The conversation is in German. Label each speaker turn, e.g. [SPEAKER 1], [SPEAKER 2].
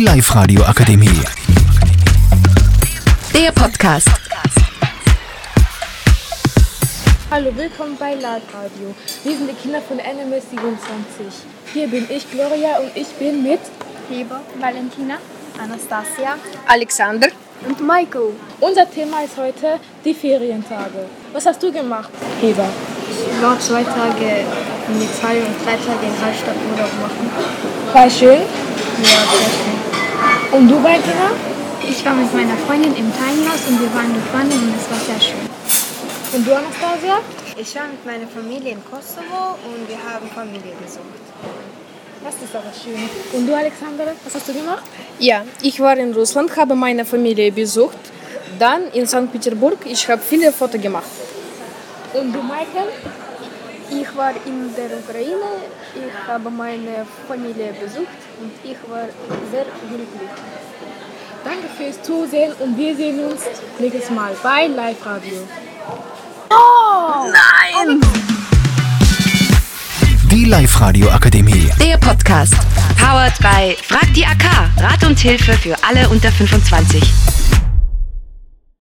[SPEAKER 1] Live Radio Akademie.
[SPEAKER 2] Der Podcast.
[SPEAKER 3] Hallo, willkommen bei Lad Radio. Wir sind die Kinder von Anime 27. Hier bin ich, Gloria, und ich bin mit.
[SPEAKER 4] Liebe Valentina, Anastasia.
[SPEAKER 5] Alexander.
[SPEAKER 4] Und Michael.
[SPEAKER 3] Unser Thema ist heute die Ferientage. Was hast du gemacht, Heber?
[SPEAKER 4] Ich war zwei Tage in Italien und drei Tage in Hallstatt Urlaub machen.
[SPEAKER 3] War schön.
[SPEAKER 4] Ja, sehr schön.
[SPEAKER 3] Und du, Valentina?
[SPEAKER 4] Ich war mit meiner Freundin im Tiny House und wir waren gefreundet und es war sehr schön.
[SPEAKER 3] Und du, Anastasia?
[SPEAKER 5] Ich war mit meiner Familie in Kosovo und wir haben Familie besucht.
[SPEAKER 3] Das ist aber schön. Und du, Alexander? Was hast du gemacht?
[SPEAKER 6] Ja, ich war in Russland, habe meine Familie besucht, dann in St. Peterburg. Ich habe viele Fotos gemacht.
[SPEAKER 3] Und du, Michael?
[SPEAKER 4] Ich war in der Ukraine, ich habe meine Familie besucht und ich war sehr glücklich.
[SPEAKER 3] Danke fürs Zusehen und wir sehen uns nächstes Mal bei Live Radio.
[SPEAKER 1] Die Live Radio Akademie.
[SPEAKER 2] Der Podcast.
[SPEAKER 7] Powered by Frag die AK. Rat und Hilfe für alle unter 25.